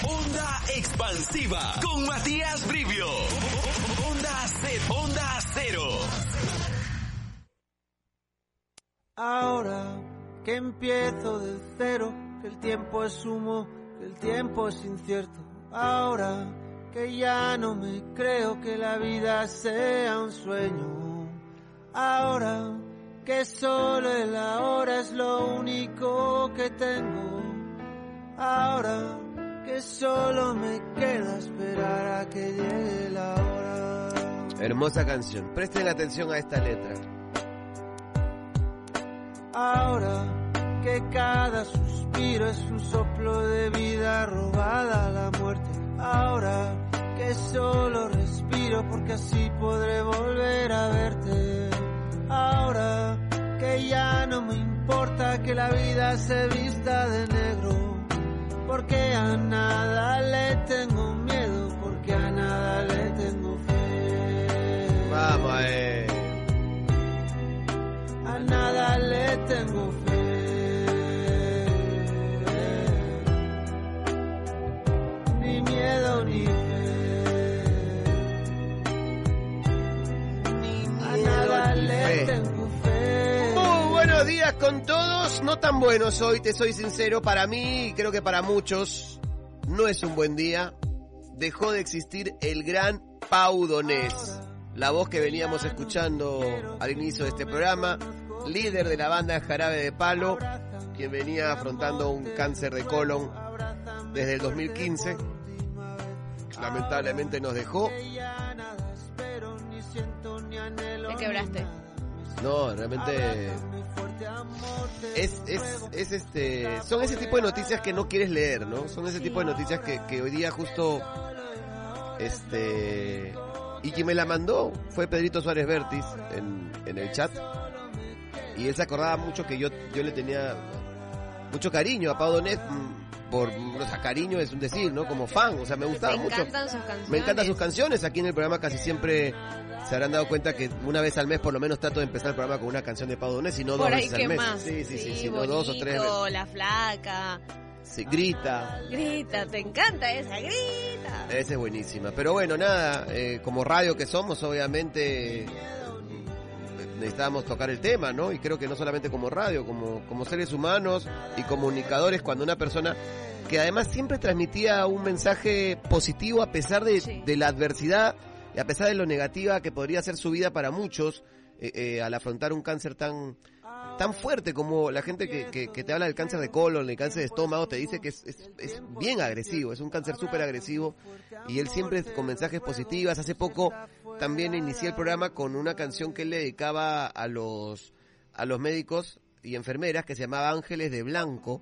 Onda expansiva con Matías Brivio. Onda Z, Onda Cero. Ahora que empiezo de cero, que el tiempo es humo, que el tiempo es incierto. Ahora que ya no me creo que la vida sea un sueño. Ahora que solo el ahora es lo único que tengo. Ahora que solo me queda esperar a que llegue la hora. Hermosa canción. Presten atención a esta letra. Ahora que cada suspiro es un soplo de vida robada a la muerte. Ahora que solo respiro porque así podré volver a verte. Ahora que ya no me importa que la vida se vista de negro. Porque a nada le tengo miedo, porque a nada le tengo fe. Vamos, eh. A nada le tengo fe. Ni miedo ni fe. A nada ni le fe. tengo fe. Muy buenos días con todos. No tan buenos hoy, te soy sincero. Para mí, y creo que para muchos, no es un buen día. Dejó de existir el gran Pau Donés. La voz que veníamos escuchando al inicio de este programa. Líder de la banda Jarabe de Palo. Quien venía afrontando un cáncer de colon desde el 2015. Lamentablemente nos dejó. Te quebraste. No, realmente es, es, es este son ese tipo de noticias que no quieres leer, ¿no? Son ese tipo de noticias que, que hoy día justo este y quien me la mandó fue Pedrito Suárez Vértiz en, en el chat y él se acordaba mucho que yo yo le tenía mucho cariño a Pau Donés mm, por o sea, cariño es un decir, ¿no? Como fan, o sea, me gustaba Me mucho. encantan sus canciones. Me encantan sus canciones. Aquí en el programa casi siempre se habrán dado cuenta que una vez al mes por lo menos trato de empezar el programa con una canción de Pau Donés y no dos Por ahí veces al que mes. más. Sí, sí, sí, sí, no dos o tres veces. Bonito, La flaca. Sí, grita. Grita, te encanta esa, grita. Esa es buenísima. Pero bueno, nada, eh, como radio que somos, obviamente eh, necesitábamos tocar el tema, ¿no? Y creo que no solamente como radio, como, como seres humanos y comunicadores, cuando una persona que además siempre transmitía un mensaje positivo a pesar de, Sí. de la adversidad y a pesar de lo negativa que podría ser su vida para muchos eh, eh, al afrontar un cáncer tan tan fuerte como la gente que, que- que te habla del cáncer de colon, del cáncer de estómago, te dice que es, es- es bien agresivo, es un cáncer súper agresivo y él siempre con mensajes positivas. Hace poco también inicié el programa con una canción que él le dedicaba a los, a los médicos y enfermeras que se llamaba Ángeles de Blanco,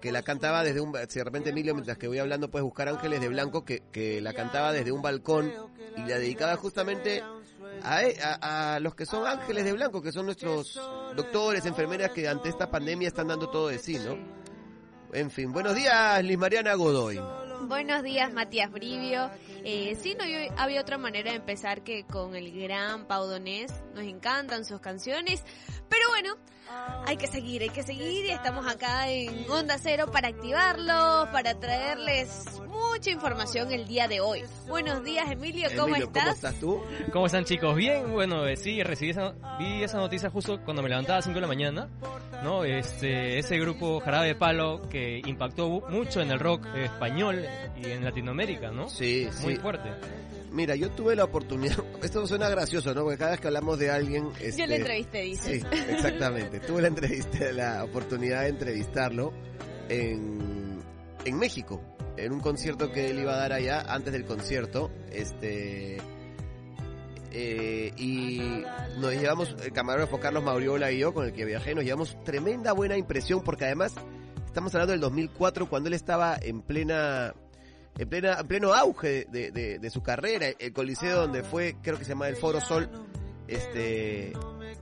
que la cantaba desde un, si de repente Emilio mientras que voy hablando puedes buscar Ángeles de Blanco, que, que la cantaba desde un balcón y la dedicaba justamente a, e- a- a los que son ángeles de blanco, que son nuestros doctores, enfermeras que ante esta pandemia están dando todo de sí, ¿no? En fin, buenos días, Liz Mariana Godoy. Buenos días, Matías Brivio. Eh, sí, no había- había otra manera de empezar que con el gran Pau Donés. Nos encantan sus canciones. Pero bueno, hay que seguir, hay que seguir. Y estamos acá en Onda Cero para activarlos, para traerles mucha información el día de hoy. Buenos días, Emilio, ¿cómo Emilio, estás? tú? ¿Cómo están chicos? Bien, bueno, eh, sí, recibí esa, vi esa noticia justo cuando me levantaba a las 5 de la mañana, ¿no? Este, ese grupo Jarabe de Palo que impactó bu- mucho en el rock eh, español y en Latinoamérica, ¿no? Sí, sí. Muy fuerte. Mira, yo tuve la oportunidad, esto suena gracioso, ¿no? Porque cada vez que hablamos de alguien... Yo este, le entrevisté, dice. Sí, exactamente. Tuve la, entrevista, la oportunidad de entrevistarlo en, en México, en un concierto que él iba a dar allá, antes del concierto. Este. eh, y nos llevamos, el camarógrafo Carlos Mauriola y yo, con el que viajé, nos llevamos tremenda buena impresión, porque además estamos hablando del 2004, cuando él estaba en plena en, plena, en pleno auge de, de- de su carrera. El Coliseo donde fue, creo que se llama el Foro Sol, este,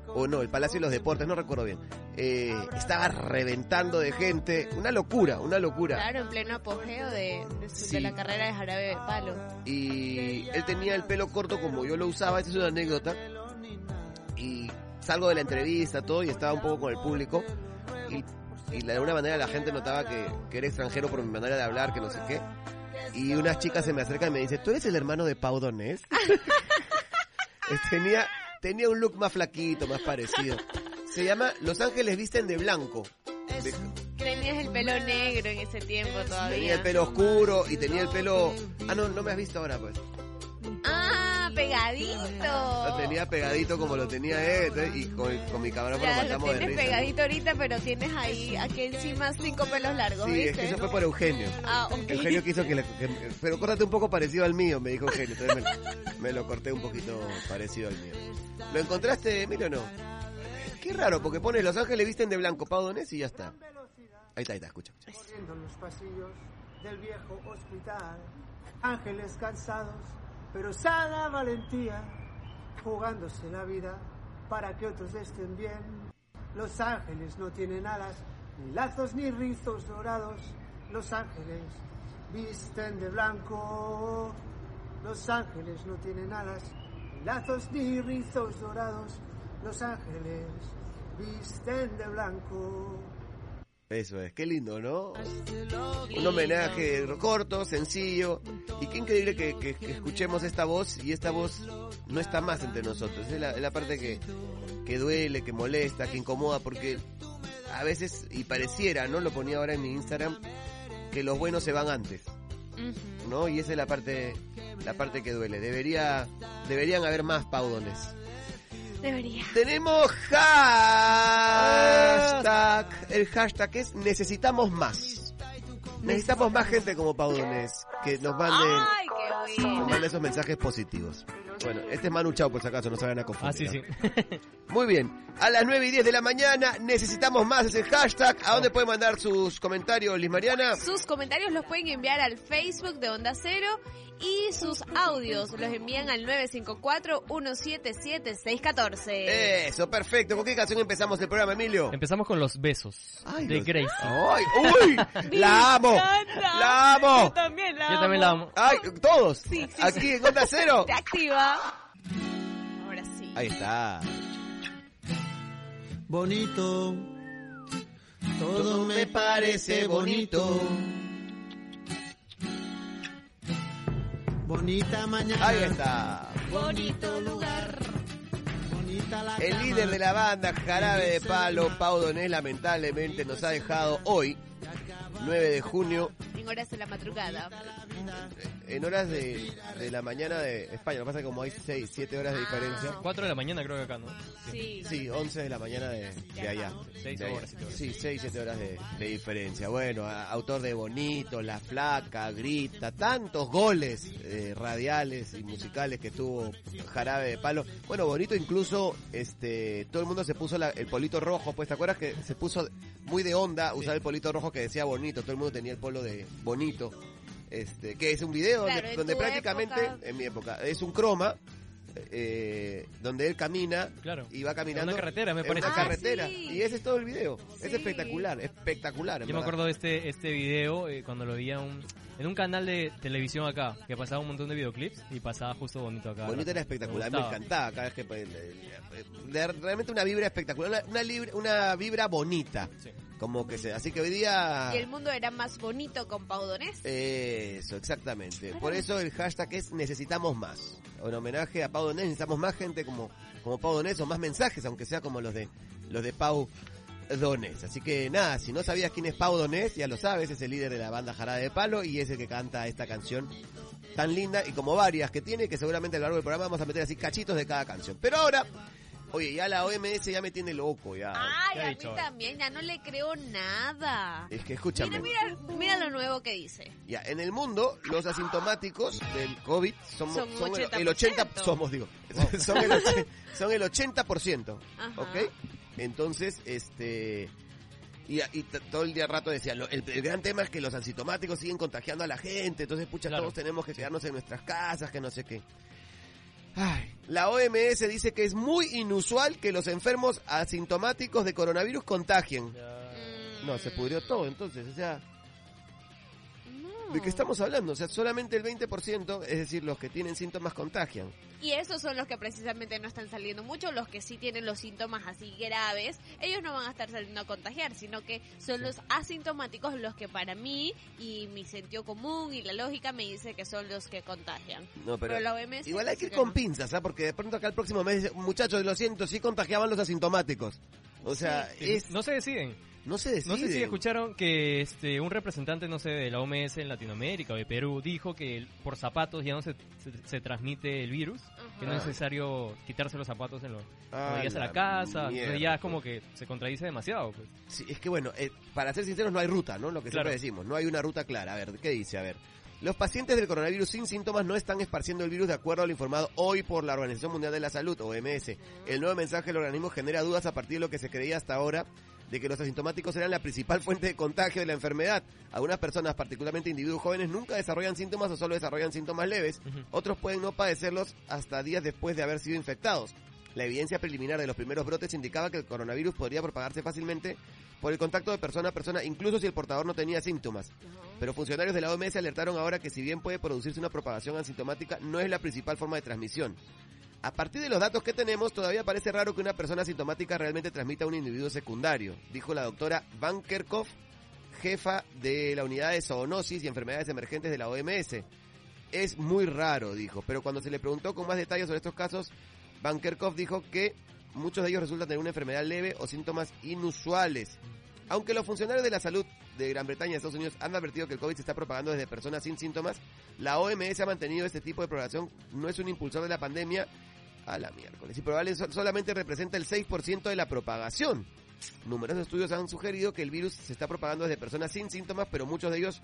o no, el Palacio de los Deportes, no recuerdo bien. Eh, estaba reventando de gente, una locura, una locura. Claro, en pleno apogeo de, de su- Sí. de la carrera de Jarabe de Palo. y él tenía el pelo corto como yo lo usaba, esta es una anécdota. Y salgo de la entrevista, todo, y estaba un poco con el público. Y, y de alguna manera la gente notaba que, que era extranjero por mi manera de hablar, que no sé qué. Y unas chicas se me acercan y me dicen, ¿tú eres el hermano de Pau Donés? tenía, tenía un look más flaquito, más parecido. Se llama Los Ángeles Visten de Blanco. De- Tenías el pelo negro en ese tiempo todavía. tenía el pelo oscuro y tenía el pelo... Ah, no, no me has visto ahora, pues. Ah, pegadito. Lo tenía pegadito como lo tenía él ¿eh? y con, con mi cabrón nos Claro, matamos de tienes risa. pegadito ahorita, pero tienes ahí aquí encima cinco pelos largos, Sí, ¿viste? es que eso fue por Eugenio. Ah, ok. Eugenio quiso que, le, que- pero córtate un poco parecido al mío, me dijo Eugenio. Entonces me, lo- me lo corté un poquito parecido al mío. ¿Lo encontraste, Emilio, o no? Qué raro, porque pones Los Ángeles visten de blanco, Pau Donés y ya está. Ahí está, ahí está, escucha. escucha. Corriendo en los pasillos del viejo hospital, ángeles cansados, pero sana valentía, jugándose la vida para que otros estén bien. Los ángeles no tienen alas, ni lazos ni rizos dorados. Los ángeles visten de blanco. Los ángeles no tienen alas, ni lazos ni rizos dorados. Los ángeles visten de blanco. Eso es, qué lindo, ¿no? Un Lindo. homenaje corto, sencillo. Y qué increíble que, que- que escuchemos esta voz y esta voz no está más entre nosotros. Es la, es la parte que, que duele, que molesta, que incomoda, porque a veces, y pareciera, ¿no? Lo ponía ahora en mi Instagram, que los buenos se van antes, Ujú. ¿no? Y esa es la parte, la parte que duele. Debería, deberían haber más paudones. Debería. Tenemos hashtag. El hashtag es necesitamos más. Necesitamos más gente como Paudones que nos manden, Ay, qué nos bueno. manden esos mensajes positivos. Bueno, este es Manu Chao por si acaso, no se vayan a confundir. Ah, sí, sí. Muy bien. A las 9 y 10 de la mañana necesitamos más ese hashtag. ¿A dónde pueden mandar sus comentarios, Liz Mariana? Sus comentarios los pueden enviar al Facebook de Onda Cero y sus audios los envían al 954-177-614. Eso, perfecto. ¿Con qué canción empezamos el programa, Emilio? Empezamos con los besos Ay, Em de los- Gracie. ¡Ay! ¡Uy! ¡La amo! ¡La amo! también la Yo también la amo. ¡Ay! ¡Todos! Oh. Sí, sí, Aquí en Onda Cero. Te activa. Ahora sí. Ahí está. bonito. Todo me parece bonito. Bonita mañana. Ahí está. Bonito lugar. Bonita la El cama. líder de la banda, Jarabe de Palo, Pau Donés, lamentablemente nos ha dejado hoy, 9 de junio, En horas de la madrugada. en horas de, de la mañana de España. Lo que pasa es que como hay 6, 7 horas de diferencia. 4 de la mañana creo que acá, ¿no? Sí. Sí, 11 de la mañana de, de allá. Seis De allá. horas, siete horas. Sí, 6, 7 horas de, de diferencia. Bueno, a- autor de Bonito, La Flaca, Grita, tantos goles eh, radiales y musicales que tuvo Jarabe de Palo. Bueno, Bonito incluso, este, todo el mundo se puso la- el polito rojo, pues, ¿te acuerdas que se puso muy de onda usar el polito rojo que decía Bonito? Todo el mundo tenía el polo de Bonito. Este, que es un video Claro, donde, en donde tu prácticamente, época. en mi época, es un croma, eh, donde él camina Claro. y va caminando En una carretera, me en parece. una Ah, carretera. sí. Y ese es todo el video. Es Sí. espectacular, espectacular. en Yo me verdad. acuerdo de este, este video eh, cuando lo vi a un- en un canal de televisión acá, que pasaba un montón de videoclips y pasaba justo bonito acá. Bonito era espectacular, me, gustaba. encantaba cada vez que pues, le- le- le- realmente una vibra espectacular, una, una libra- una vibra bonita, Sí. como que se, así que hoy día Y el mundo era más bonito con Paudonés. eso exactamente. Por eso el hashtag es necesitamos más. En homenaje a Pau Donés, necesitamos más gente como como Pau Donés o más mensajes, aunque sea como los de los de Pau Donés. Así que nada, si no sabías quién es Pau Donés, ya lo sabes, es el líder de la banda Jarabe de Palo y es el que canta esta canción tan linda y como varias que tiene, que seguramente a lo largo del programa vamos a meter así cachitos de cada canción. Pero ahora, oye, ya la OMS ya me tiene loco, ya. Ay, ya a he mí dicho. también, ya no le creo nada. Es que escúchame. Mira, mira, mira lo nuevo que dice. Ya, en el mundo, los asintomáticos del COVID somos, Son son el- 80%. el 80%. Somos, digo. Son, el, och- son el 80%. Ajá. ¿Ok? Entonces, este. Y, y t- todo el día rato decían, lo- el, el gran tema es que los asintomáticos siguen contagiando a la gente, entonces pucha, Claro. todos tenemos que quedarnos en nuestras casas, que no sé qué. Ay, la OMS dice que es muy inusual que los enfermos asintomáticos de coronavirus contagien. Mm. No, se pudrió todo entonces, o sea, No. ¿de qué estamos hablando? O sea, solamente el 20%, es decir, los que tienen síntomas contagian. Y esos son los que precisamente no están saliendo mucho, los que sí tienen los síntomas así graves, ellos no van a estar saliendo a contagiar, sino que son los asintomáticos los que para mí y mi sentido común y la lógica me dice que son los que contagian. No, pero, Pero la OMS igual hay que dice ir que con no. pinzas, ¿ah? Porque de pronto acá el próximo mes, dice, muchachos, lo siento, sí contagiaban los asintomáticos. O sea, es, No se deciden. no se decide. No sé si escucharon que este un representante, no sé, de la OMS en Latinoamérica o de Perú dijo que el- por zapatos ya no se, se- se transmite el virus, que no Ah. es necesario quitarse los zapatos en los Ah, cuando llegas a la la casa, mierda. entonces ya es como que se contradice demasiado. Pues. Sí, es que bueno, eh, para ser sinceros, no hay ruta, ¿no? Lo que Claro. siempre decimos, no hay una ruta clara. A ver, ¿qué dice? A ver. Los pacientes del coronavirus sin síntomas no están esparciendo el virus de acuerdo a lo informado hoy por la Organización Mundial de la Salud, OMS. El nuevo mensaje del organismo genera dudas a partir de lo que se creía hasta ahora de que los asintomáticos eran la principal fuente de contagio de la enfermedad. Algunas personas, particularmente individuos jóvenes, nunca desarrollan síntomas o solo desarrollan síntomas leves. Ujú. Otros pueden no padecerlos hasta días después de haber sido infectados. La evidencia preliminar de los primeros brotes indicaba que el coronavirus podría propagarse fácilmente por el contacto de persona a persona, incluso si el portador no tenía síntomas. Pero funcionarios de la OMS alertaron ahora que si bien puede producirse una propagación asintomática, no es la principal forma de transmisión. A partir de los datos que tenemos, todavía parece raro que una persona asintomática realmente transmita a un individuo secundario, dijo la doctora Van Kerkhoff, jefa de la unidad de zoonosis y enfermedades emergentes de la OMS. Es muy raro, dijo, pero cuando se le preguntó con más detalles sobre estos casos, Van Kerkhoff dijo que muchos de ellos resultan tener una enfermedad leve o síntomas inusuales. Aunque los funcionarios de la salud de Gran Bretaña y Estados Unidos han advertido que el COVID se está propagando desde personas sin síntomas, la OMS ha mantenido este tipo de propagación, no es un impulsor de la pandemia a la miércoles. Y probablemente sol- solamente representa el 6% de la propagación. Numerosos estudios han sugerido que el virus se está propagando desde personas sin síntomas, pero muchos de ellos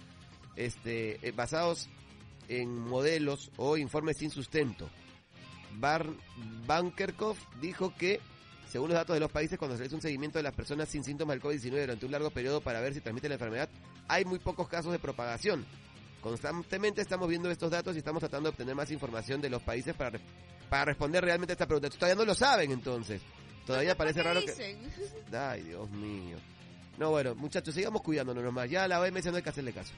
este, eh, basados en modelos o informes sin sustento. Bar Bankerkov dijo que, según los datos de los países, cuando se realiza un seguimiento de las personas sin síntomas del COVID-19 durante un largo periodo para ver si transmiten la enfermedad, hay muy pocos casos de propagación. Constantemente estamos viendo estos datos y estamos tratando de obtener más información de los países para, re- para responder realmente a esta pregunta. Todavía no lo saben entonces. Todavía parece ¿Qué raro que... dicen? Ay, Dios mío. No, bueno, muchachos, sigamos cuidándonos nomás. Ya a la OMS no hay que hacerle caso.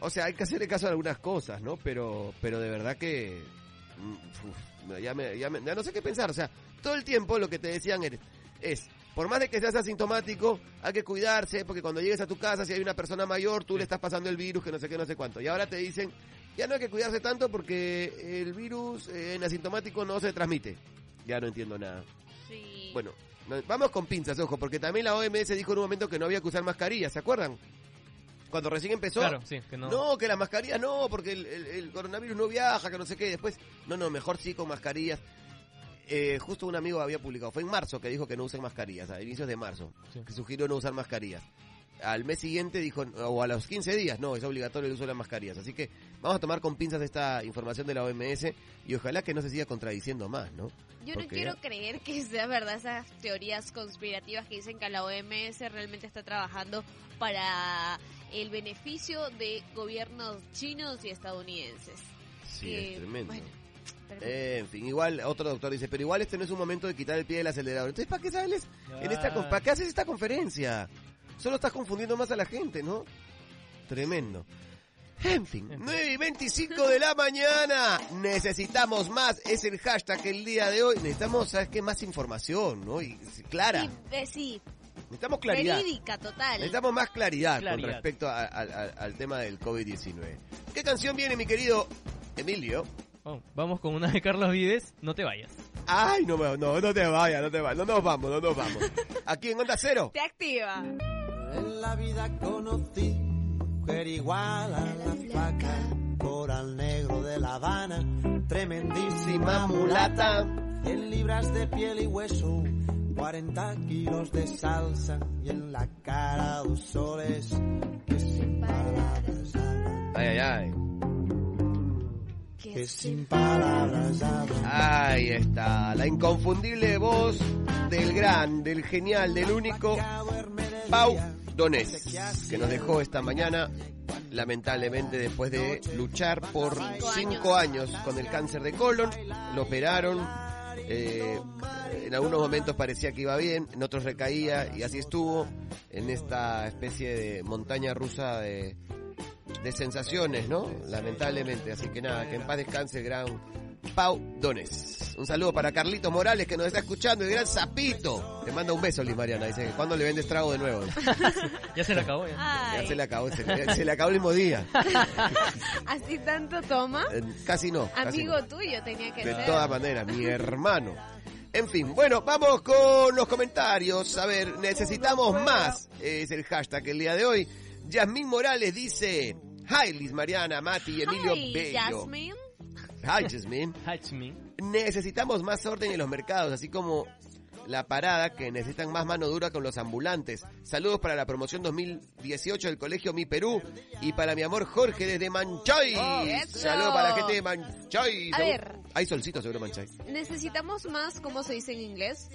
o sea, hay que hacerle caso a algunas cosas, ¿no? Pero, pero de verdad que... mm, uf, no, ya, me- ya me- ya no sé qué pensar. O sea, todo el tiempo lo que te decían es, es, por más de que seas asintomático, hay que cuidarse, porque cuando llegues a tu casa, si hay una persona mayor, tú le estás pasando el virus, que no sé qué, no sé cuánto. Y ahora te dicen, ya no hay que cuidarse tanto porque el virus eh, en asintomático no se transmite. Ya no entiendo nada. Sí. Bueno, no- vamos con pinzas, ojo, porque también la OMS dijo en un momento que no había que usar mascarillas, ¿se acuerdan? Cuando recién empezó. Claro, sí, que no. No. que las mascarillas no, porque el, el- el coronavirus no viaja, que no sé qué. Después, no, no, mejor sí con mascarillas. Eh, justo un amigo había publicado, fue en marzo que dijo que no usen mascarillas, a inicios de marzo, Sí. que sugirió no usar mascarillas. Al mes siguiente dijo, o a los 15 días, no, es obligatorio el uso de las mascarillas. Así que vamos a tomar con pinzas esta información de la OMS y ojalá que no se siga contradiciendo más, ¿no? Yo no Porque- quiero creer que sea verdad esas teorías conspirativas que dicen que la OMS realmente está trabajando para el beneficio de gobiernos chinos y estadounidenses. Sí, Que, es tremendo. bueno, pero- Eh, en fin, igual otro doctor dice, pero igual este no es un momento de quitar el pie del acelerador. Entonces, ¿para qué sales? En esta, Ah. con- ¿Para qué haces esta conferencia? Solo estás confundiendo más a la gente, ¿no? Tremendo. En fin, 9 y 25 de la mañana. Necesitamos más. Es el hashtag el día de hoy. Necesitamos, ¿sabes qué? Más información, ¿no? Y s- clara. Y, eh, sí, Necesitamos claridad. verídica total. Necesitamos más claridad, Claridad. con respecto a- a- a- al tema del COVID-19. ¿Qué canción viene, mi querido Emilio? Vamos, vamos con una de Carlos Vives, no te vayas. Ay, no, me- no, no te vayas, no te vayas. No nos vamos, no nos vamos. Aquí en Onda Cero. Te activa. En la vida conocí mujer igual a la faca, coral negro de La Habana, tremendísima mulata, 100 libras de piel y hueso, 40 kilos de salsa y en la cara dos soles que sin palabras hablan, Ay, ay, ay. que sin palabras hablan. Ahí está, la inconfundible voz del gran, del genial, del único Vaca duerme de Pau Donés, que nos dejó esta mañana, lamentablemente después de luchar por Cinco cinco años con el cáncer de colon, lo operaron. eh, en algunos momentos parecía que iba bien, en otros recaía y así estuvo en esta especie de montaña rusa de, de sensaciones, ¿no? Lamentablemente, así que nada, que en paz descanse el gran Pau Dones. Un saludo para Carlitos Morales que nos está escuchando, el gran Zapito. Te manda un beso, Liz Mariana. Dice, ¿cuándo le vendes trago de nuevo? Ya se le acabó. Ya. Ay, Ya se le acabó, se le, se le acabó el mismo día. así tanto toma. Eh, Casi no. casi no. Amigo tuyo tenía que De ser. todas maneras, mi hermano. En fin, bueno, vamos con los comentarios. A ver, necesitamos más. Es el hashtag el día de hoy. Yasmín Morales dice, Hi Liz Mariana, Mati y Emilio Ay, Bello. Jasmine. Hi Jasmine. Hatch me. Necesitamos más orden en los mercados, así como la parada que necesitan más mano dura con los ambulantes. Saludos para la promoción 2018 del Colegio Mi Perú y para mi amor Jorge desde Manchay. Oh, eso. Saludos para la gente de Manchay. Segu- A ver. Hay solcito seguro Manchay. Necesitamos más, ¿cómo se dice en inglés?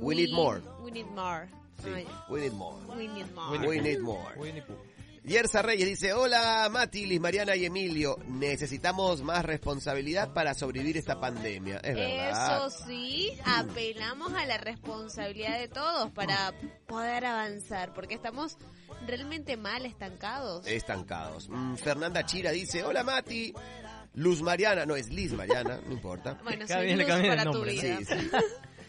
We need more. We need more. Sí. Ay, We need more. we need more. We need more. Winnie Pooh. Yersa Reyes dice, hola Mati, Liz Mariana y Emilio. Necesitamos más responsabilidad para sobrevivir esta pandemia. Es verdad. Eso sí, apelamos a la responsabilidad de todos para poder avanzar, porque estamos realmente mal estancados. estancados. Mm, Fernanda Chira dice, hola Mati. Luz Mariana, no es Liz Mariana, no importa. Bueno, Cada soy vez le luz cambian el para tu nombre. vida. Sí, sí.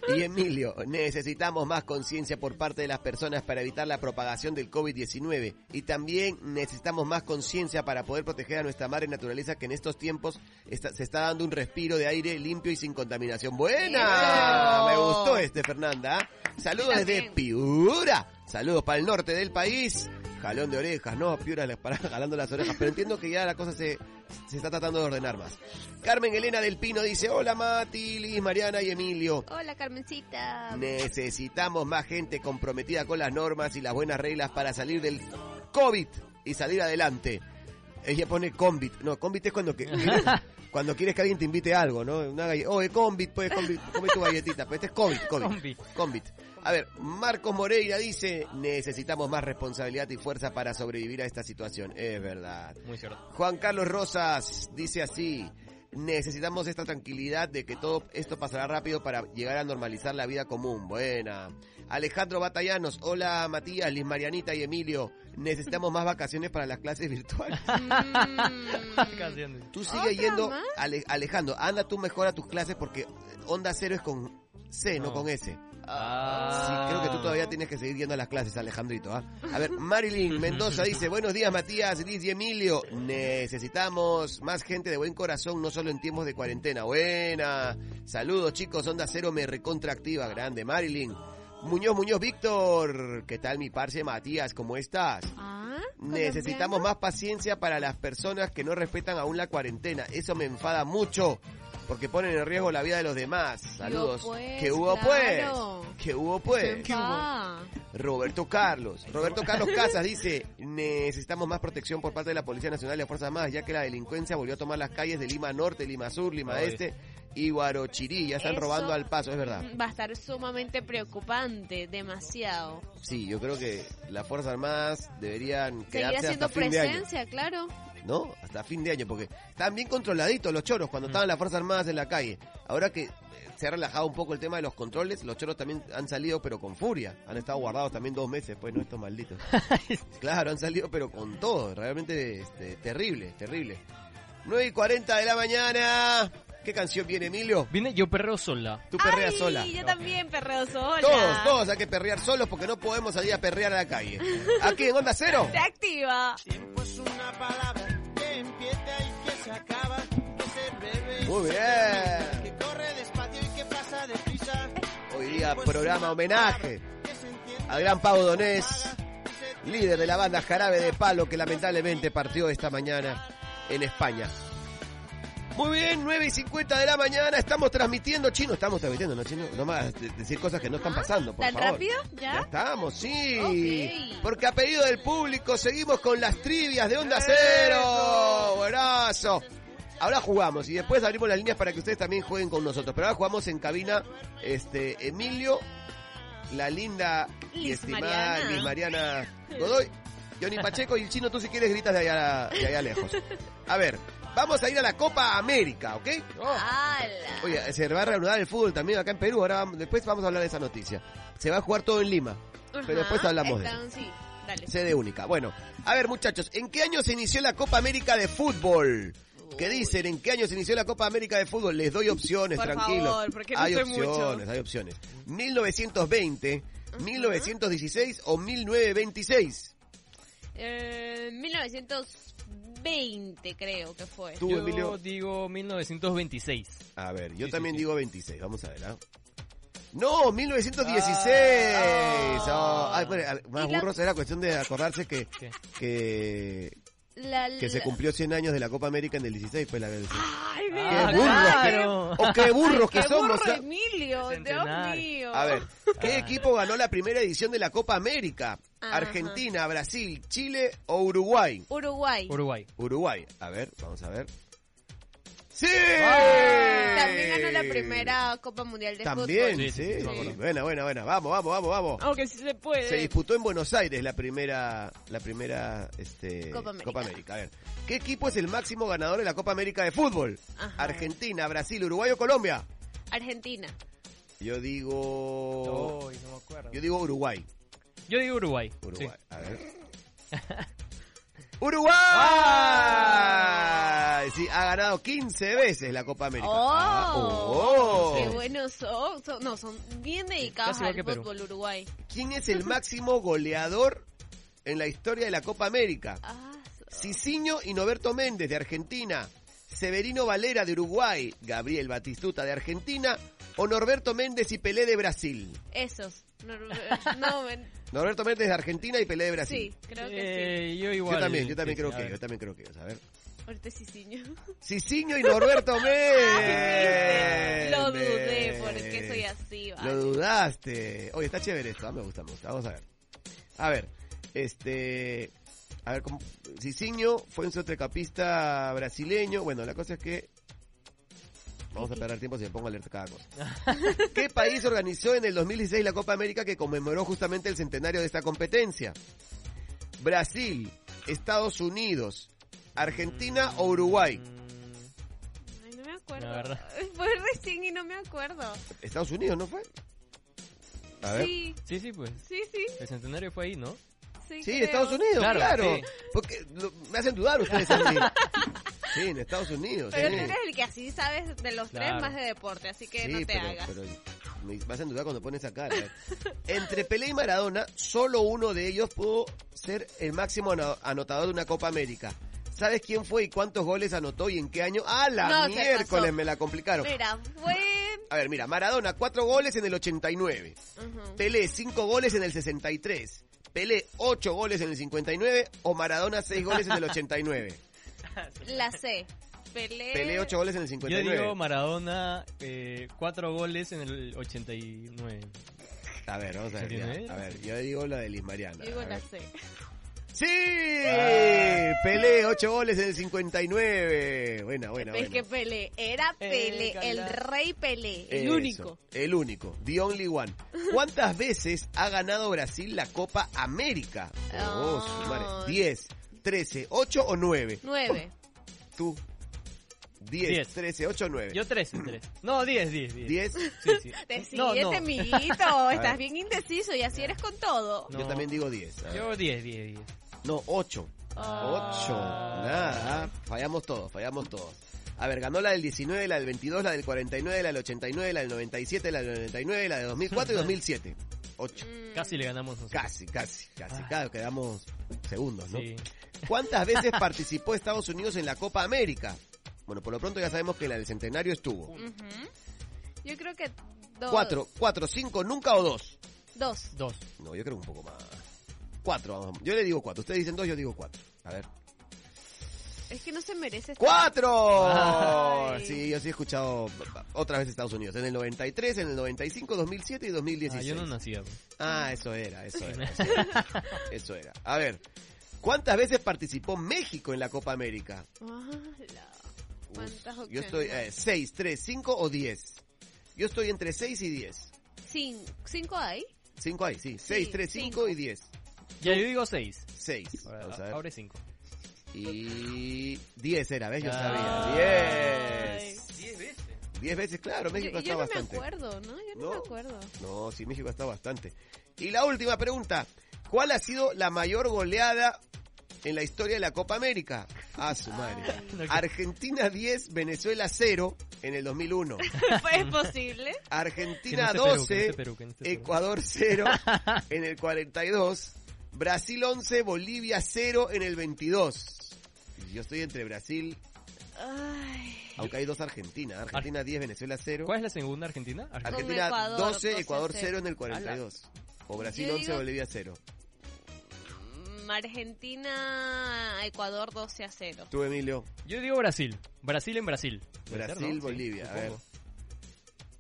Y Emilio, necesitamos más conciencia por parte de las personas para evitar la propagación del COVID-19 y también necesitamos más conciencia para poder proteger a nuestra madre naturaleza que en estos tiempos está- se está dando un respiro de aire limpio y sin contaminación. ¡Buena! ¡Eso! Me gustó este, Fernanda. Saludos desde También. Piura. Saludos para el norte del país. Jalón de orejas, no, Piura les para jalando las orejas, pero entiendo que ya la cosa se, se está tratando de ordenar más. Carmen Elena del Pino dice, hola Mati, Liz, Mariana y Emilio. Hola, Carmencita. Necesitamos más gente comprometida con las normas y las buenas reglas para salir del COVID y salir adelante. Ella pone convit. No, convit es cuando, que, cuando quieres que alguien te invite a algo, ¿no? Una galle- Oye, convit, pues, convit, come tu galletita. Pues este es COVID, COVID. Convit. Convit. A ver, Marcos Moreira dice, necesitamos más responsabilidad y fuerza para sobrevivir a esta situación. Es verdad. Muy cierto. Juan Carlos Rosas dice así. Necesitamos esta tranquilidad de que todo esto pasará rápido para llegar a normalizar la vida común. Buena. Alejandro Batallanos, hola Matías, Liz Marianita y Emilio. Necesitamos más vacaciones para las clases virtuales. Mm. Canciones. Tú sigue ¿Otra yendo, más? Ale- Alejandro, anda tú mejor a tus clases porque Onda Cero es con C, no, No. con S. Sí, Ah. creo que tú todavía tienes que seguir yendo a las clases, Alejandrito. ¿ah? A ver, Marilyn Mendoza dice, buenos días Matías, Liz y Emilio. Necesitamos más gente de buen corazón, no solo en tiempos de cuarentena. Buena. Saludos chicos, Onda Cero me recontractiva. Grande, Marilyn. Muñoz Muñoz Víctor, ¿qué tal mi parce Matías? ¿Cómo estás? Ah, Necesitamos más paciencia para las personas que no respetan aún la cuarentena. Eso me enfada mucho porque ponen en riesgo la vida de los demás. Saludos. pues, ¿Qué hubo claro. pues? ¿Qué hubo colombianos. pues? Ah, Roberto Carlos. Roberto Carlos Casas dice, necesitamos más protección por parte de la Policía Nacional y las Fuerzas Armadas, ya que la delincuencia volvió a tomar las calles de Lima Norte, Lima Sur, Lima Ay. Este y Guarochirí. Ya están Eso- robando al paso, es verdad. va a estar sumamente preocupante, demasiado. Sí, yo creo que las Fuerzas Armadas deberían Seguir quedarse hasta haciendo fin de año. presencia, claro. ¿no? Hasta fin de año, porque estaban bien controladitos los choros cuando estaban las Fuerzas Armadas en la calle. Ahora que eh, se ha relajado un poco el tema de los controles, los choros también han salido, pero con furia. Han estado guardados también dos meses, pues, ¿no? Estos malditos. claro, han salido, pero con todo. Realmente este, terrible, terrible. 9 y 40 de la mañana. ¿Qué canción viene, Emilio? Vine Ah. yo perreo sola. Tú perreas Ay, sola. Yo también perreo sola. Todos, todos hay que perrear solos porque no podemos salir a perrear a la calle. Aquí en Onda Cero. Se activa. Tiempo es una palabra que empieza y que se acaba, que se bebe, y Muy se bien. termina, que corre despacio y que pasa deprisa. Hoy día Tiempo es programa una homenaje palabra que se entiende, al gran Pau Donés, que se líder de la banda Jarabe de Palo, que lamentablemente partió esta mañana en España. Muy bien, 9 y 50 de la mañana, estamos transmitiendo, chino, estamos transmitiendo, ¿no, chino? No más de- decir cosas que no están Ah, pasando, por ¿Tan favor. rápido? Ya ¿Ya? estamos, sí. Ok. Porque a pedido del público seguimos con las trivias de Onda Cero. Buenazo. Ahora jugamos y después abrimos las líneas para que ustedes también jueguen con nosotros. Pero ahora jugamos en cabina, este, Emilio, la linda y Liz estimada Mariana. Liz Mariana Godoy, Johnny Pacheco y el chino, tú si quieres gritas de allá, de allá lejos. A ver, vamos a ir a la Copa América, ¿ok? ¡Hala! Oye, se va a reanudar el fútbol también acá en Perú, ahora vamos- después vamos a hablar de esa noticia. Se va a jugar todo en Lima, pero después Ajá, hablamos de eso. están- sí, dale. Sede única. Bueno, a ver muchachos, ¿en qué año se inició la Copa América de Fútbol? ¿Qué dicen? ¿En qué año se inició la Copa América de Fútbol? Les doy opciones, Por tranquilos. favor, porque no hay sé mucho. opciones, hay opciones. 1920, 1916 o 1926. Eh, 1920 creo que fue. Tú, Yo Emilio. digo 1926. A ver, yo Sí, también sí, sí. digo 26, vamos a ver, ¿ah? No, 1916. Ah. Oh, ay, bueno, a ver, más Y la- burros era cuestión de acordarse que, ¿Qué? que, La- que se la- cumplió 100 años de la Copa América en el 16, pues la Ay, Ah, ¿verdad? ¡Qué burro! claro. ¡O qué burros que Qué burro, somos! ¿ah? Emilio, Dios Centenar. mío. A ver, Ah. ¿qué equipo ganó la primera edición de la Copa América? Ajá. ¿Argentina, Brasil, Chile o Uruguay? Uruguay. Uruguay. Uruguay. A ver, vamos a ver. ¡Sí! También ganó la primera Copa Mundial de También, Fútbol. sí. Sí, sí, sí, me acuerdo. Buena, buena, buena. Vamos, vamos, vamos, vamos. Aunque sí se puede. Se disputó en Buenos Aires la primera, la primera este, Copa América. A ver, ¿qué equipo es el máximo ganador de la Copa América de fútbol? Ajá. Argentina, Brasil, Uruguay o Colombia. Argentina. Yo digo, Uy, no me acuerdo. yo digo Uruguay. Yo digo Uruguay. Uruguay. Sí. A ver. ¡Ah! ¡Uruguay! Sí, ha ganado 15 veces la Copa América. ¡Oh! Ah, oh. Qué buenos son, son- No, son bien dedicados Casi igual al que Perú. fútbol Uruguay. ¿Quién es el máximo goleador en la historia de la Copa América? Ah, Cicinho y Noberto Méndez de Argentina, Severino Valera de Uruguay, Gabriel Batistuta de Argentina o Norberto Méndez y Pelé de Brasil. esos. No, no, no, ven- Norberto Méndez de Argentina y Pelé de sí, Brasil. creo que sí. Eh, Yo igual. Yo también, yo también Sí, creo a que ver. ellos, también creo que ellos. A ver. Ahorita sí, sí. Cicinho y Norberto Ah, Méndez. Lo dudé porque soy así, Lo vale. dudaste. Oye, está chévere esto. ah, me gusta, me gusta. Vamos a ver. A ver, este. A ver, ¿cómo? Cicinho fue un centrocampista brasileño. Bueno, la cosa es que. Vamos a perder tiempo si me pongo a leer cada cosa. ¿Qué país organizó en el 2016 la Copa América que conmemoró justamente el centenario de esta competencia? ¿Brasil, Estados Unidos, Argentina o Uruguay? Mm, Ay, no me acuerdo. La verdad. Fue recién y no me acuerdo. Estados Unidos, ¿no fue? A ver. Sí, Sí, sí, pues. sí, sí. El centenario fue ahí, ¿no? Sí, Sí, creo. Estados Unidos, claro. Claro, sí. Porque lo- me hacen dudar ustedes a mí. Sí, en Estados Unidos. Pero sí. tú eres el que así sabes de los tres Claro. más de deporte, así que Sí, no te pero, hagas. pero me me hacen dudar cuando pones esa cara. Entre Pelé y Maradona, solo uno de ellos pudo ser el máximo ano- anotador de una Copa América. ¿Sabes quién fue y cuántos goles anotó y en qué año? ¡Ah, la No, se miércoles! pasó. Me la complicaron. Mira, fue... A ver, mira, Maradona, cuatro goles en el 89. Ujú. Pelé, 5 goles en el 63. Pelé, 8 goles en el 59. O Maradona, 6 goles en el 89. La C. Pelé. Pelé, 8 goles en el Yo 59. digo Maradona, eh, cuatro goles en el 89. a ver, vamos a ver. ya. 89. A ver, yo digo la de Liz Mariana. Yo digo A la Ah. ver. C. ¡Sí! Pelé, 8 goles en el 59. Buena, buena, Es buena. que Pelé, era Pelé, el rey Pelé, el Eso, único. El único. The only one. ¿Cuántas veces ha ganado Brasil la Copa América? Oh, su Ah. madre. 10, 13, 8 o 9. Nueve. Tú. 10, Diez. 13, 8 o 9. Yo tres, tres. No, diez, diez, diez. 10. Sí, sí. Decídete, No, no. este amiguito, ver. estás bien indeciso y así eres con todo. No. Yo también digo 10. a ver. Yo diez, diez, diez. No, 8. 8. Ah. Nada. Fallamos todos, fallamos todos. A ver, ganó la del 19, la del 22, la del 49, la del 89, la del 97, la del 99, la de 2004 y 2007. 8. Mm, Casi le ganamos nosotros. Casi, casi, casi. Claro, quedamos segundos, ¿no? Ah. Sí. ¿Cuántas veces participó Estados Unidos en la Copa América? Bueno, por lo pronto ya sabemos que la del centenario estuvo. ujú. Yo creo que dos. 4, 4, 5, nunca o 2. Dos. Dos. Ah, No, yo creo un poco más. 4, vamos. Yo le digo 4. Ustedes dicen 2, yo digo 4. A ver. Es que no se merece. estar- ¡Cuatro! Ay. Sí, yo sí he escuchado otras veces Estados Unidos. En el 93, en el 95, 2007 y Ah, 2016. yo no nacía. pues. Ah, eso era, eso era. Eso era. Eso era. A ver, ¿cuántas veces participó México en la Copa América? Ala. Uf, ¿Cuántas opciones? Yo estoy eh, 6, 3, 5 o 10. Yo estoy entre 6 y 10. Cin- ¿Cinco hay? Cinco hay, sí. Seis, tres, cinco y diez. Ya yo digo 6. Seis. Vamos a ver. Ahora es 5. Y 10 era, ¿ves? Yo Ah. sabía. Ay. 10. 10 veces. 10 veces, claro, Yo, México yo está no bastante. me acuerdo, ¿no? Yo no, No. me acuerdo. No, sí, México está bastante. Y la última pregunta. ¿Cuál ha sido la mayor goleada en la historia de la Copa América? A su madre. Argentina 10, Venezuela 0 en el 2001. ¿Es posible? Argentina Que no esté Perú, 12, que no esté Perú, que no esté Perú. Ecuador 0 en el 42, Brasil 11, Bolivia 0 en el 22. Yo estoy entre Brasil, Ay. aunque hay dos Argentinas. Argentina 10, Venezuela 0. ¿Cuál es la segunda Argentina? Argentina. Argentina Con Ecuador, 12, 12, Ecuador 0. 0 en el 42. O Brasil Yo 11, digo- Bolivia 0. Mm, Argentina, Ecuador 12 a 0. Tú, Emilio. Yo digo Brasil. Brasil en Brasil. Puede ser, Brasil, ¿no? Sí, Bolivia, a supongo. ver.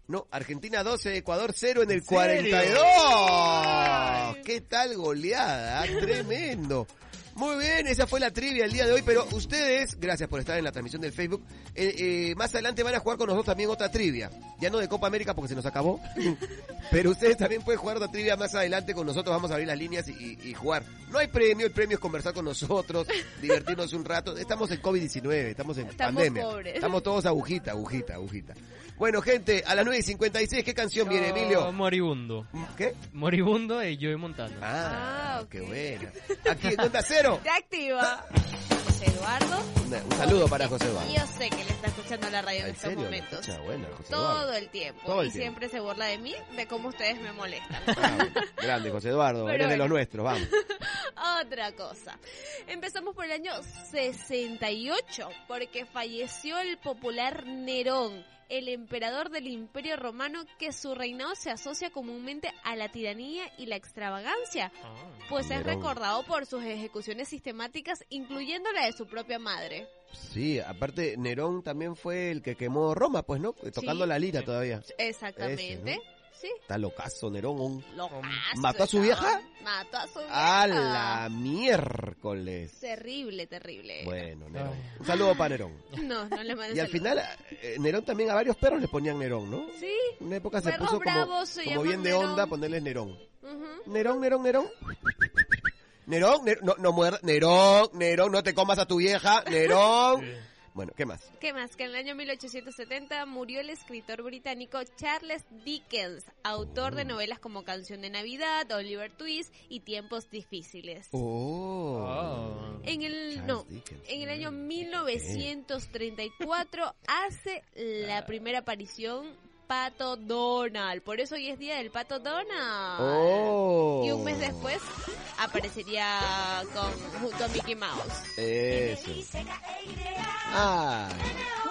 No, Argentina 12, Ecuador 0 en el ¿En serio? 42. ¿Qué tal goleada? ah! Tremendo. Muy bien, esa fue la trivia el día de hoy, pero ustedes, gracias por estar en la transmisión del Facebook, eh, eh, más adelante van a jugar con nosotros también otra trivia, ya no de Copa América porque se nos acabó, pero ustedes también pueden jugar otra trivia más adelante con nosotros, vamos a abrir las líneas y, y- y jugar. No hay premio, el premio es conversar con nosotros, divertirnos un rato, estamos en COVID-19, estamos en Estamos pandemia, pobres. estamos todos agujita, agujita, agujita. Bueno, gente, a las 9 y 56, ¿qué canción Yo, viene, Emilio? Moribundo. ¿Qué? Moribundo de Joey Montana. Ah, Ah, ok. qué buena. Aquí en Onda Cero. Te activa. José Eduardo. Una- un saludo para José Eduardo. Yo sé que le está escuchando la radio en ¿En estos serio? momentos. Escucha, buena, José Todo Eduardo. el tiempo. Todo el y tiempo. siempre se burla de mí, de cómo ustedes me molestan. Ah, bueno. grande, José Eduardo. Pero eres de bueno. los nuestros, vamos. Otra cosa. Empezamos por el año 68, porque falleció el popular Nerón, el emperador del Imperio Romano, que su reinado se asocia comúnmente a la tiranía y la extravagancia, pues es Ah, Nerón. recordado por sus ejecuciones sistemáticas, incluyendo la de su propia madre. Sí, aparte, Nerón también fue el que quemó Roma, pues, ¿no? Tocando la lira todavía. Exactamente. Ese, Sí. Está locazo, Nerón. un- Locazo, ¿Mató a su ¿no? vieja? Mató a su vieja. A la miércoles. Terrible, terrible. Bueno, Nerón. Ay. Un saludo para Nerón. No, no le mandes Y al saludos. final, eh, Nerón también a varios perros le ponían Nerón, ¿no? Sí. En una época se Perros puso como, bravos se como llaman bien de Nerón. onda ponerles Nerón. ujú. Nerón, Nerón, Nerón. Nerón, Ner- no, no muerda- Nerón, Nerón, no te comas a tu vieja, Nerón. Bueno, ¿qué más? ¿Qué más? Que en el año 1870 murió el escritor británico Charles Dickens, autor de novelas como Canción de Navidad, Oliver Twist y Tiempos Difíciles. Oh. Oh. En el, Charles no, Dickens. en el año 1934 hace Ah. la primera aparición Pato Donald. Por eso hoy es día del Pato Donald. Oh. Y un mes después aparecería con, junto a Mickey Mouse. Eso. Ah.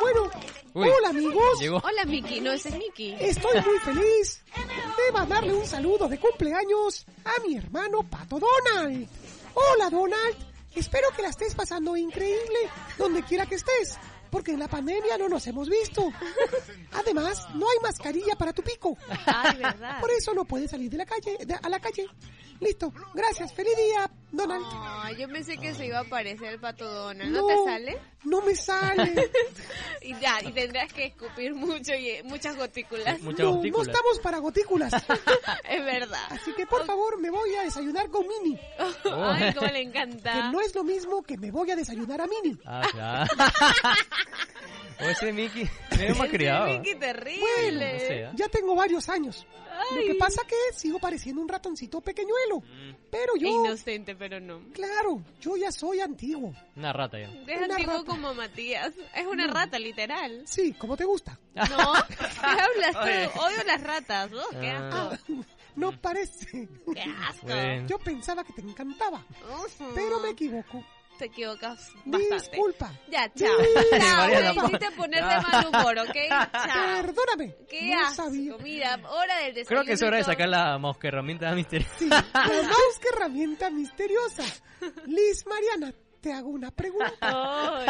Bueno, Uy, hola amigos. Llegó. Hola Mickey, no, ese es Mickey. Estoy muy feliz de mandarle un saludo de cumpleaños a mi hermano Pato Donald. Hola Donald, espero que la estés pasando increíble donde quiera que estés, porque en la pandemia no nos hemos visto. Además, no hay mascarilla para tu pico, Ay, verdad. por eso no puedes salir de la calle, de- a la calle. Listo, gracias, feliz día Donald. Ay, Ah, yo pensé que se iba a aparecer el pato Donald. ¿No, te sale? No me sale. Y ya, y tendrás que escupir mucho y eh, muchas gotículas. Mucha No, no gotícula. estamos para gotículas. es verdad. Así que por favor me voy a desayunar con Mini. Oh. Ay, cómo le Que encanta. no es lo mismo que me voy a desayunar a Mini. Ah, claro. o ese Mickey. Me Ese hemos criado. Mickey No terrible. sé, ¿ah? Ya tengo varios años. Lo que Ay. pasa que sigo pareciendo un ratoncito pequeñuelo. Pero E yo, Inocente, pero no. claro, yo ya soy antiguo. Una rata ya. Es Una antiguo rata. como Matías. Es una rata, literal. Sí, como te gusta. No, ¿qué hablas Oye. tú? Odio las ratas. Oh, qué asco. Ah. No parece. Qué asco. Bueno. Yo pensaba que te encantaba, Ujú. pero me equivoco. Te equivocas Mm. bastante. Disculpa. Ya, chao. Mariana, Chao, me por- hiciste poner de Ya. mal humor, ¿ok? Chao. Perdóname. Ah, Qué no asco. sabía. Mira, hora del desayuno. Creo que es hora de y todo. sacar la mosca herramienta misteriosa. Sí, pero mouse que herramienta misteriosa. Liz Mariana, te hago una pregunta.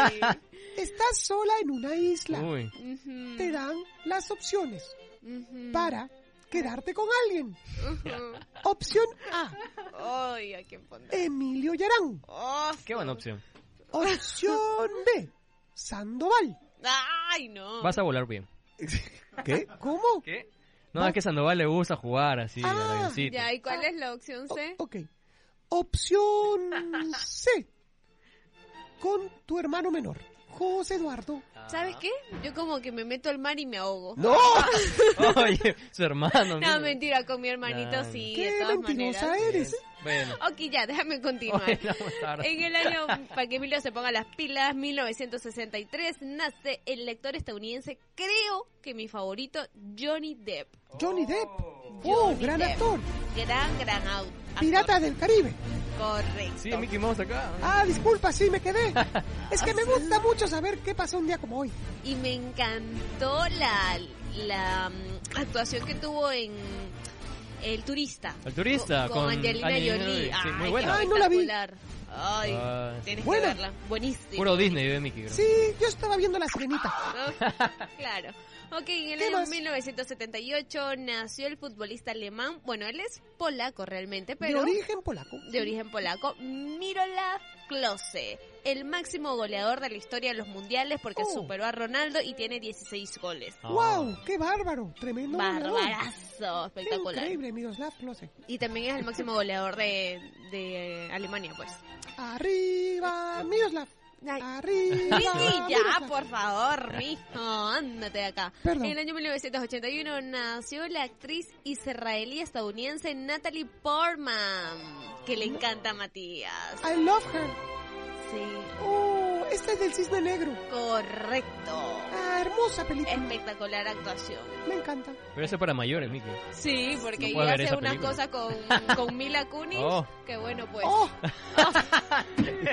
Ay. Estás sola en una isla. Uy. Ujú, Te dan las opciones ujú, para quedarte con alguien. ujú. Opción A, Ay, ¿a quién pondré? Emilio Yarán. Oh, Qué buena opción. Opción B, Sandoval. ay, no. Vas a volar bien. ¿Qué? ¿Cómo? ¿Qué? No, es que Sandoval le gusta jugar así, Ah, al avioncito. Ya, ¿y cuál es la opción C? O- ok. Opción C. Con tu hermano menor, José Eduardo. ¿Sabes qué? Yo como que me meto al mar y me ahogo. ¡No! Oye, su hermano. mira. No, mentira, con mi hermanito Claro. sí, ¡Qué de todas mentirosa maneras. eres! Bueno. Ok, ya, déjame continuar. Oye, vamos tarde. En el año, para que Emilio se ponga las pilas, 1963, nace el lector estadounidense, creo que mi favorito, Johnny Depp. Johnny Depp. Oh, Johnny gran Depp. actor. Gran, gran au- actor. Pirata del Caribe. Correcto. Sí, Mickey Mouse acá. Ah, disculpa, sí, me quedé. Es que me gusta mucho saber qué pasó un día como hoy. Y me encantó la, la mm, actuación que tuvo en El Turista. El turista, Co- Con, con Angelina Angelina Jolie. Jolie. Sí, muy Ay, buena. qué Ay, no la vi. espectacular. Ay, Ah, tienes Buena. que verla. Buenísima. Puro Disney de Mickey, bro. Sí, yo estaba viendo la sirenita. claro. Ok, en el ¿Qué año más? 1978 nació el futbolista alemán. Bueno, él es polaco realmente, pero De origen polaco. de origen polaco. Mirola Klose, el máximo goleador de la historia de los mundiales porque Oh. superó a Ronaldo y tiene 16 goles. Ah. ¡Wow! ¡Qué bárbaro! Tremendo. goleador. Barbarazo, ¡Qué espectacular. increíble, Miroslav Klose! Y también es el máximo goleador de, de Alemania, pues. ¡Arriba, Miroslav! Ay. ¡Arriba! Miki, ya, Miroslav! por favor, mijo, ándate de acá. Perdón. En el año 1981 nació la actriz israelí estadounidense Natalie Portman, que le encanta a Matías. Ah. I love her. Sí, Oh, esta es del cisne negro. correcto. Ah, hermosa película. Espectacular actuación. Me encanta. Pero eso es para mayores, Mickey. Sí, porque No yo puedo ver hace esa unas cosas película. con, con Mila Kunis, Oh. que bueno, pues, oh,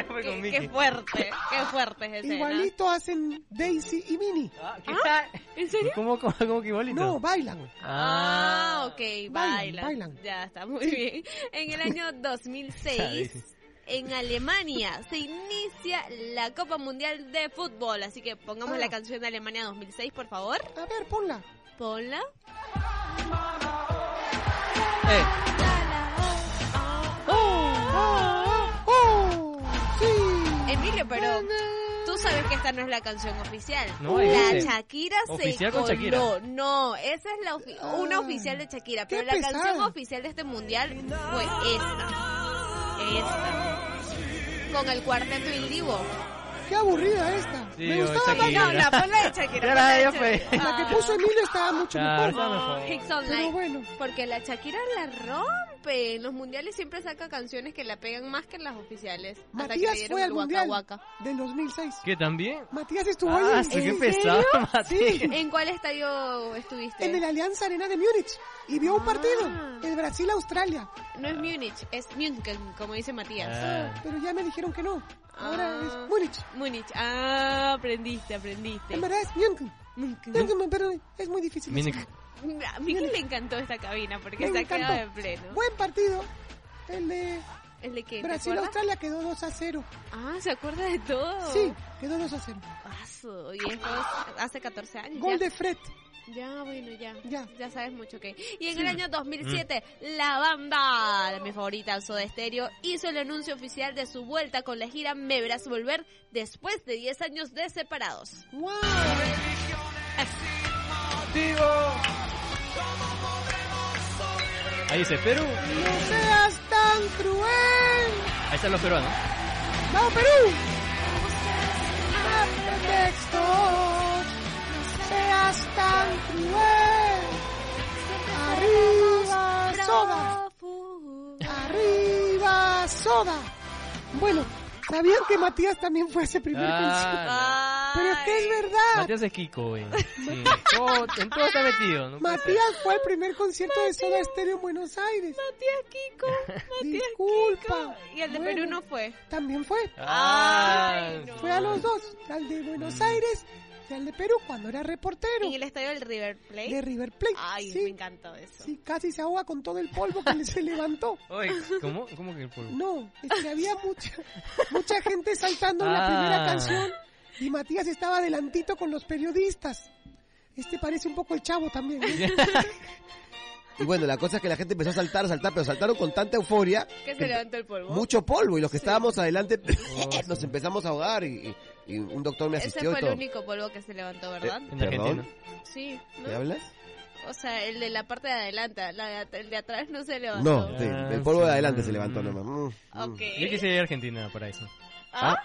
Fue con qué, Mickey. qué fuerte, qué fuerte es esa escena. igualito hacen Daisy y Minnie. Ah, ¿qué tal? ¿En serio? ¿Cómo, cómo, cómo que igualito? No, bailan. Ah, ok, bailan. Bailan, bailan. Ya está muy bien. En el año 2006, en Alemania, se inicia la Copa Mundial de Fútbol. Así que pongamos Ah. la canción de Alemania 2006, por favor. A ver, ponla. Ponla. Eh, ¡Oh! ¡Sí! Emilio, Ah. pero tú sabes que esta no es la canción oficial. No, la es- este. Shakira Oficial se con coló. Shakira. No, esa es la ofi- una Ah, oficial de Shakira, qué pero la canción pesada. oficial de este mundial fue esta. Esta. Con el cuarteto Indivo. ¡Qué aburrida esta! Sí, Me oh, gustaba Shakira. más No, la ponla de Shakira. ponla Ya de la- ya fue. Shakira. la que puso Emilio, estaba mucho Claro, mejor. Ah, Hits Online. Pero bueno, Porque la Shakira la rompe. En los mundiales siempre saca canciones que la pegan más que en las oficiales. Hasta que le Matías dieron fue el al Waka Mundial Waka. del 2006. ¿Qué también? Matías estuvo ah, ahí. sí, qué ¿En pesado, serio? Matías. Sí. ¿En cuál estadio estuviste? En el Alianza Arena de Múnich. Y vio un Ah. partido. El Brasil-Australia. No es Múnich, es München, como dice Matías. Ah, Pero ya me dijeron que no. Ahora Ah. es Múnich. Múnich. Ah, aprendiste, aprendiste. En verdad es Múnich. Múnich, perdón, es muy difícil. Munich. A mí que le encantó esta cabina porque em, Me se ha quedado en encantó. pleno. Buen partido. El de ¿El de qué? ¿Te acuerdas? Oh. Brasil-Australia quedó 2 a 0. Ah, se acuerda de todo. Sí, quedó 2 a 0. Paso. Y después, hace 14 años. ya. Gol de Fred. Ya, bueno, ya. Ya, Ya. sabes mucho que. Y en el año 2007, la banda, de mi favorita, Soda Stereo, hizo el anuncio oficial de su vuelta con la gira Me Verás Volver después de 10 años de separados. ¡Wow! Ahí dice Perú. ¡No seas tan cruel! Ahí están los peruanos. ¡Vamos, Perú! ¡Ah, pretextos! ¡No seas tan cruel! ¡Arriba, soda! Profu- ¡Arriba, soda! Bueno, ¿sabían que Matías también fue ese primer concierto? Ah, Pero es que es Ay. no. verdad. Matías es Kiko, güey. Sí. Todo- en todo está metido. ¿no? Matías fue el primer concierto de Soda Stereo en Buenos Aires. Matías Kiko, Matías Disculpa. Kiko. Y el de Bueno, Perú no fue. También fue. Ah, Ay, no. Fue a los dos, al de Mm. Buenos Aires y al de Perú cuando era reportero En el estadio del River Plate. de River Plate. ¿Eh? Ay, me sí, encantó eso. sí, casi se ahoga con todo el polvo que le- se levantó. Oye, ¿cómo, ¿cómo que el polvo? No, es que había mucha, mucha gente saltando en la primera Ah. canción y Matías estaba adelantito con los periodistas. Este parece un poco el chavo también. ¿eh? Y bueno, la cosa es que la gente empezó a saltar, a saltar, pero saltaron con tanta euforia, Que se levantó el polvo. mucho polvo, y los que estábamos adelante nos empezamos a ahogar y, y- y un doctor me Ese asistió fue y todo. Eh, el único polvo que se levantó, ¿verdad? En ¿Perdón? Argentina. Sí, ¿Me ¿no? hablas? O sea, el de la parte de adelante, la de at- el de atrás no se levantó. No, sí, el polvo de adelante se levantó nomás. Mm, mm. Ok. Yo quise ir a Argentina para eso. Ah,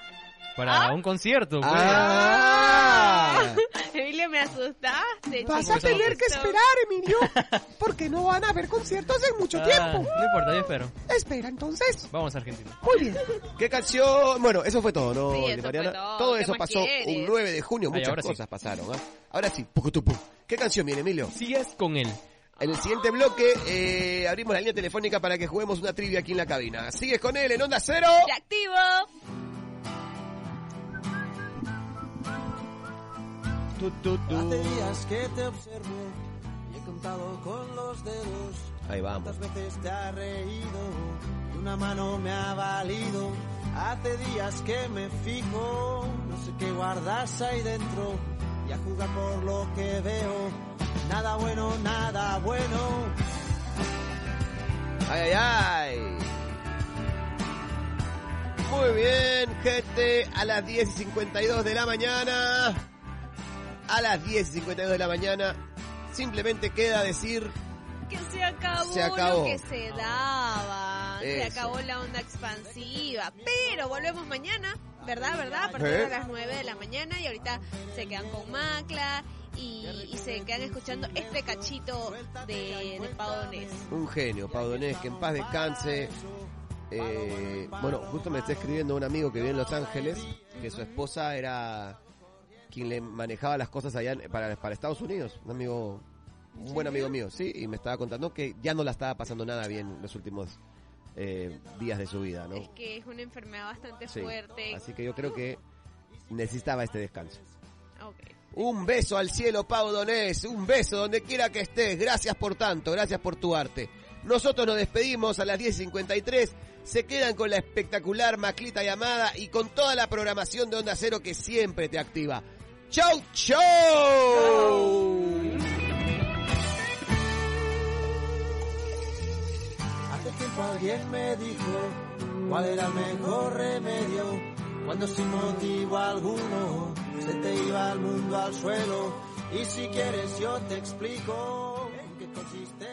Para un concierto. pues. ¡Ah! Emilio, me asustaste. Vas chico. a tener que esperar, Emilio, porque no van a haber conciertos en mucho Ah, tiempo. No importa, yo espero. Espera entonces. Vamos a Argentina. Muy bien. ¿Qué canción? Bueno, eso fue todo, ¿no? Sí, de eso Mariana? fue todo. ¿Qué eso más pasó un quieres? 9 de junio, Ay, muchas ahora sí. cosas pasaron. ¿ah? Ahora sí, pucutupu. ¿Qué canción viene, Emilio? Sigues con él. En el siguiente bloque eh, abrimos la línea telefónica para que juguemos una trivia aquí en la cabina. ¿Sigues con él en Onda Cero? Ya activo. Tu, tu, tu. Hace días que te observo y he contado con los dedos. Ahí vamos. Cuántas veces te ha reído y una mano me ha valido. Hace días que me fijo, no sé qué guardas ahí dentro. Ya juzga por lo que veo, nada bueno, nada bueno. Ay, ay, ay. Muy bien, gente. A las 10 y 52 de la mañana. A las 10 y 52 de la mañana. Simplemente queda decir. Que se acabó, Se acabó. lo que se daba. Se Eso. acabó la onda expansiva. Pero volvemos mañana, ¿verdad? ¿Verdad? A partir ¿Eh? de las 9 de la mañana y ahorita se quedan con Macla. Y, y se quedan escuchando este cachito de, de Pau Donés. Un genio, Pau Donés, que en paz descanse. Eh, bueno, justo me está escribiendo un amigo que vive en Los Ángeles, que su esposa era quien le manejaba las cosas allá en- para, para Estados Unidos. Un amigo, un buen amigo mío, sí, y me estaba contando que ya no la estaba pasando nada bien los últimos eh, días de su vida, ¿no? Es que es una enfermedad bastante Sí. fuerte. Así que yo creo que necesitaba este descanso. Ok. Un beso al cielo, Pau Donés. Un beso donde quiera que estés. Gracias por tanto, gracias por tu arte. Nosotros nos despedimos a las 10.53. Se quedan con la espectacular Maclita llamada y con toda la programación de Onda Cero que siempre te activa. ¡Chau, chau! Hace tiempo alguien me dijo cuál era el mejor remedio cuando sin motivo alguno se te iba el mundo al suelo. Y si quieres yo te explico en qué consiste